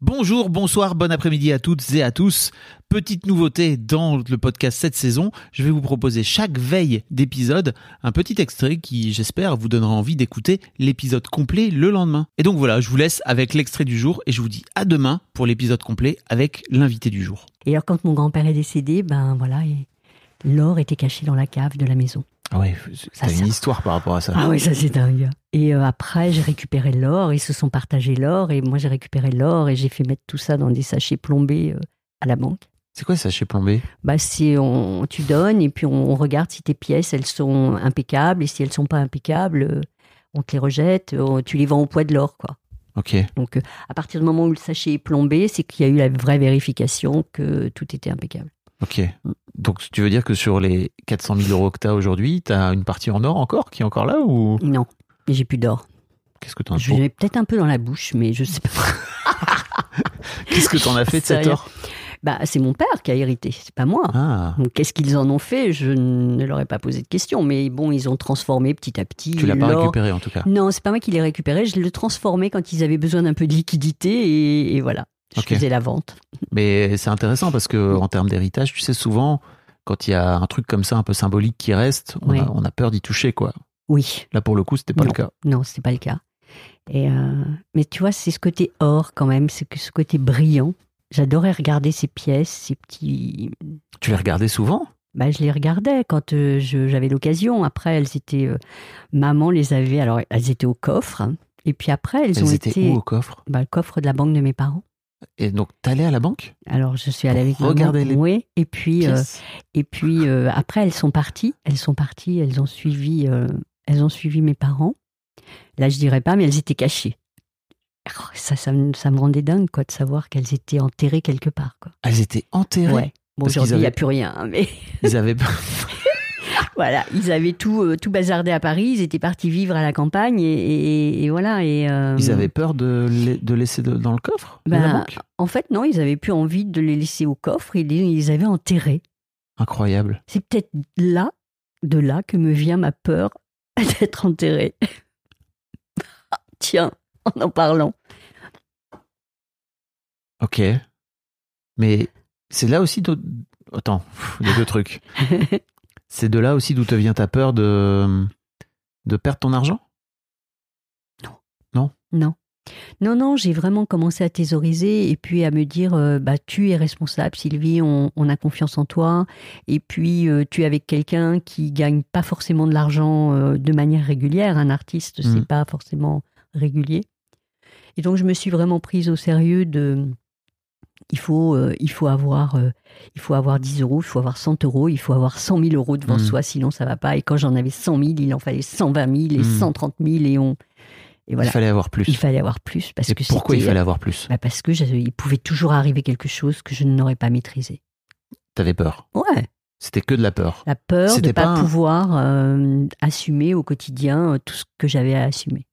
Bonjour, bonsoir, bon après-midi à toutes et à tous. Petite nouveauté dans le podcast cette saison, je vais vous proposer chaque veille d'épisode un petit extrait qui, j'espère, vous donnera envie d'écouter l'épisode complet le lendemain. Et donc voilà, je vous laisse avec l'extrait du jour et je vous dis à demain pour l'épisode complet avec l'invité du jour. Et alors, quand mon grand-père est décédé, ben voilà, et l'or était caché dans la cave de la maison. Ah ouais, Ça, t'as c'est- une histoire par rapport à ça. Ah oui, ça c'est dingue. Et euh, après, j'ai récupéré l'or, ils se sont partagés l'or, et moi j'ai récupéré l'or, et j'ai fait mettre tout ça dans des sachets plombés euh, à la banque. C'est quoi ça chez plombé Bah, si on, tu donnes, et puis on, on regarde si tes pièces, elles sont impeccables, et si elles sont pas impeccables, euh, on te les rejette, euh, tu les vends au poids de l'or, quoi. Ok. Donc, euh, à partir du moment où le sachet est plombé, c'est qu'il y a eu la vraie vérification que tout était impeccable. Ok. Donc tu veux dire que sur les 400 000 euros que t'as aujourd'hui, t'as une partie en or encore qui est encore là ou Non, mais j'ai plus d'or. qu'est-ce que t'en as Je l'ai peut-être un peu dans la bouche, mais je sais pas. Qu'est-ce que t'en as fait de cet Sérieux. or Bah, c'est mon père qui a hérité, c'est pas moi. Ah, Donc, qu'est-ce qu'ils en ont fait Je ne leur ai pas posé de questions, mais bon, ils ont transformé petit à petit. tu l'as pas l'or. récupéré en tout cas. Non, c'est pas moi qui l'ai récupéré. Je le transformais quand ils avaient besoin d'un peu de liquidité et, et voilà. Je Ok. faisais la vente. Mais c'est intéressant parce que en termes d'héritage, tu sais souvent quand il y a un truc comme ça un peu symbolique qui reste, on, Oui. a, on a peur d'y toucher quoi. Oui, Là pour le coup, c'était pas le cas. non, c'est pas le cas. Et euh, mais tu vois, c'est ce côté or quand même, c'est que ce côté brillant. J'adorais regarder ces pièces, ces petits. Tu les regardais souvent Bah, je les regardais quand euh, je- j'avais l'occasion. Après, elles étaient. euh, Maman les avait. Alors, elles étaient au coffre. hein. Et puis après, elles, ont Elles étaient été. où au coffre bah, le coffre de la banque de mes parents. Et donc t'allais à la banque Alors je suis allée avec Pour regarder maman. les Oui, et puis euh, Pièces et puis euh, après elles sont parties, elles sont parties, elles ont suivi euh, elles ont suivi mes parents. Là je dirais pas, mais elles étaient cachées. Oh, ça, ça, me- ça me rendait dingue quoi de savoir qu'elles étaient enterrées quelque part quoi. Elles étaient enterrées. Ouais. Bon, Parce qu'ils aujourd'hui, il n'y a avaient- plus rien. hein, Mais Ils avaient voilà, ils avaient tout, euh, tout bazardé à Paris. Ils étaient partis vivre à la campagne. Et, et- et voilà. Et, euh, Ils avaient peur de, la- de laisser de- dans le coffre de la Bah, banque En fait, non, ils n'avaient plus envie de les laisser au coffre. Ils les ils les avaient enterrées. Incroyable. C'est peut-être là, de là, que me vient ma peur d'être enterrée. Ah, Tiens, en en parlant. Ok. Mais c'est là aussi d'où... Attends, pff, il y a deux trucs. C'est de là aussi d'où te vient ta peur de, de perdre ton argent non. Non, non, j'ai vraiment commencé à thésauriser et puis à me dire, euh, bah, tu es responsable, Sylvie, on, on a confiance en toi. Et puis, euh, tu es avec quelqu'un qui gagne pas forcément de l'argent euh, de manière régulière. Un artiste, Mhm. c'est pas forcément régulier. Et donc, je me suis vraiment prise au sérieux de, il faut, euh, il faut avoir, euh, il faut avoir 10 euros, il faut avoir 100 euros, il faut avoir 100 000 euros devant Mm. soi, sinon ça va pas. Et quand j'en avais 100 000, il en fallait 120 000 et Mm. 130 000 et on, et voilà. Il fallait avoir plus. Il fallait avoir plus parce Et que pourquoi il c'était- fallait avoir plus Bah, parce que j'avais- il pouvait toujours arriver quelque chose que je n'aurais pas maîtrisé. T'avais peur. Ouais. C'était que de la peur. La peur de C'était ne pas, pas un- pouvoir euh, assumer au quotidien euh, tout ce que j'avais à assumer.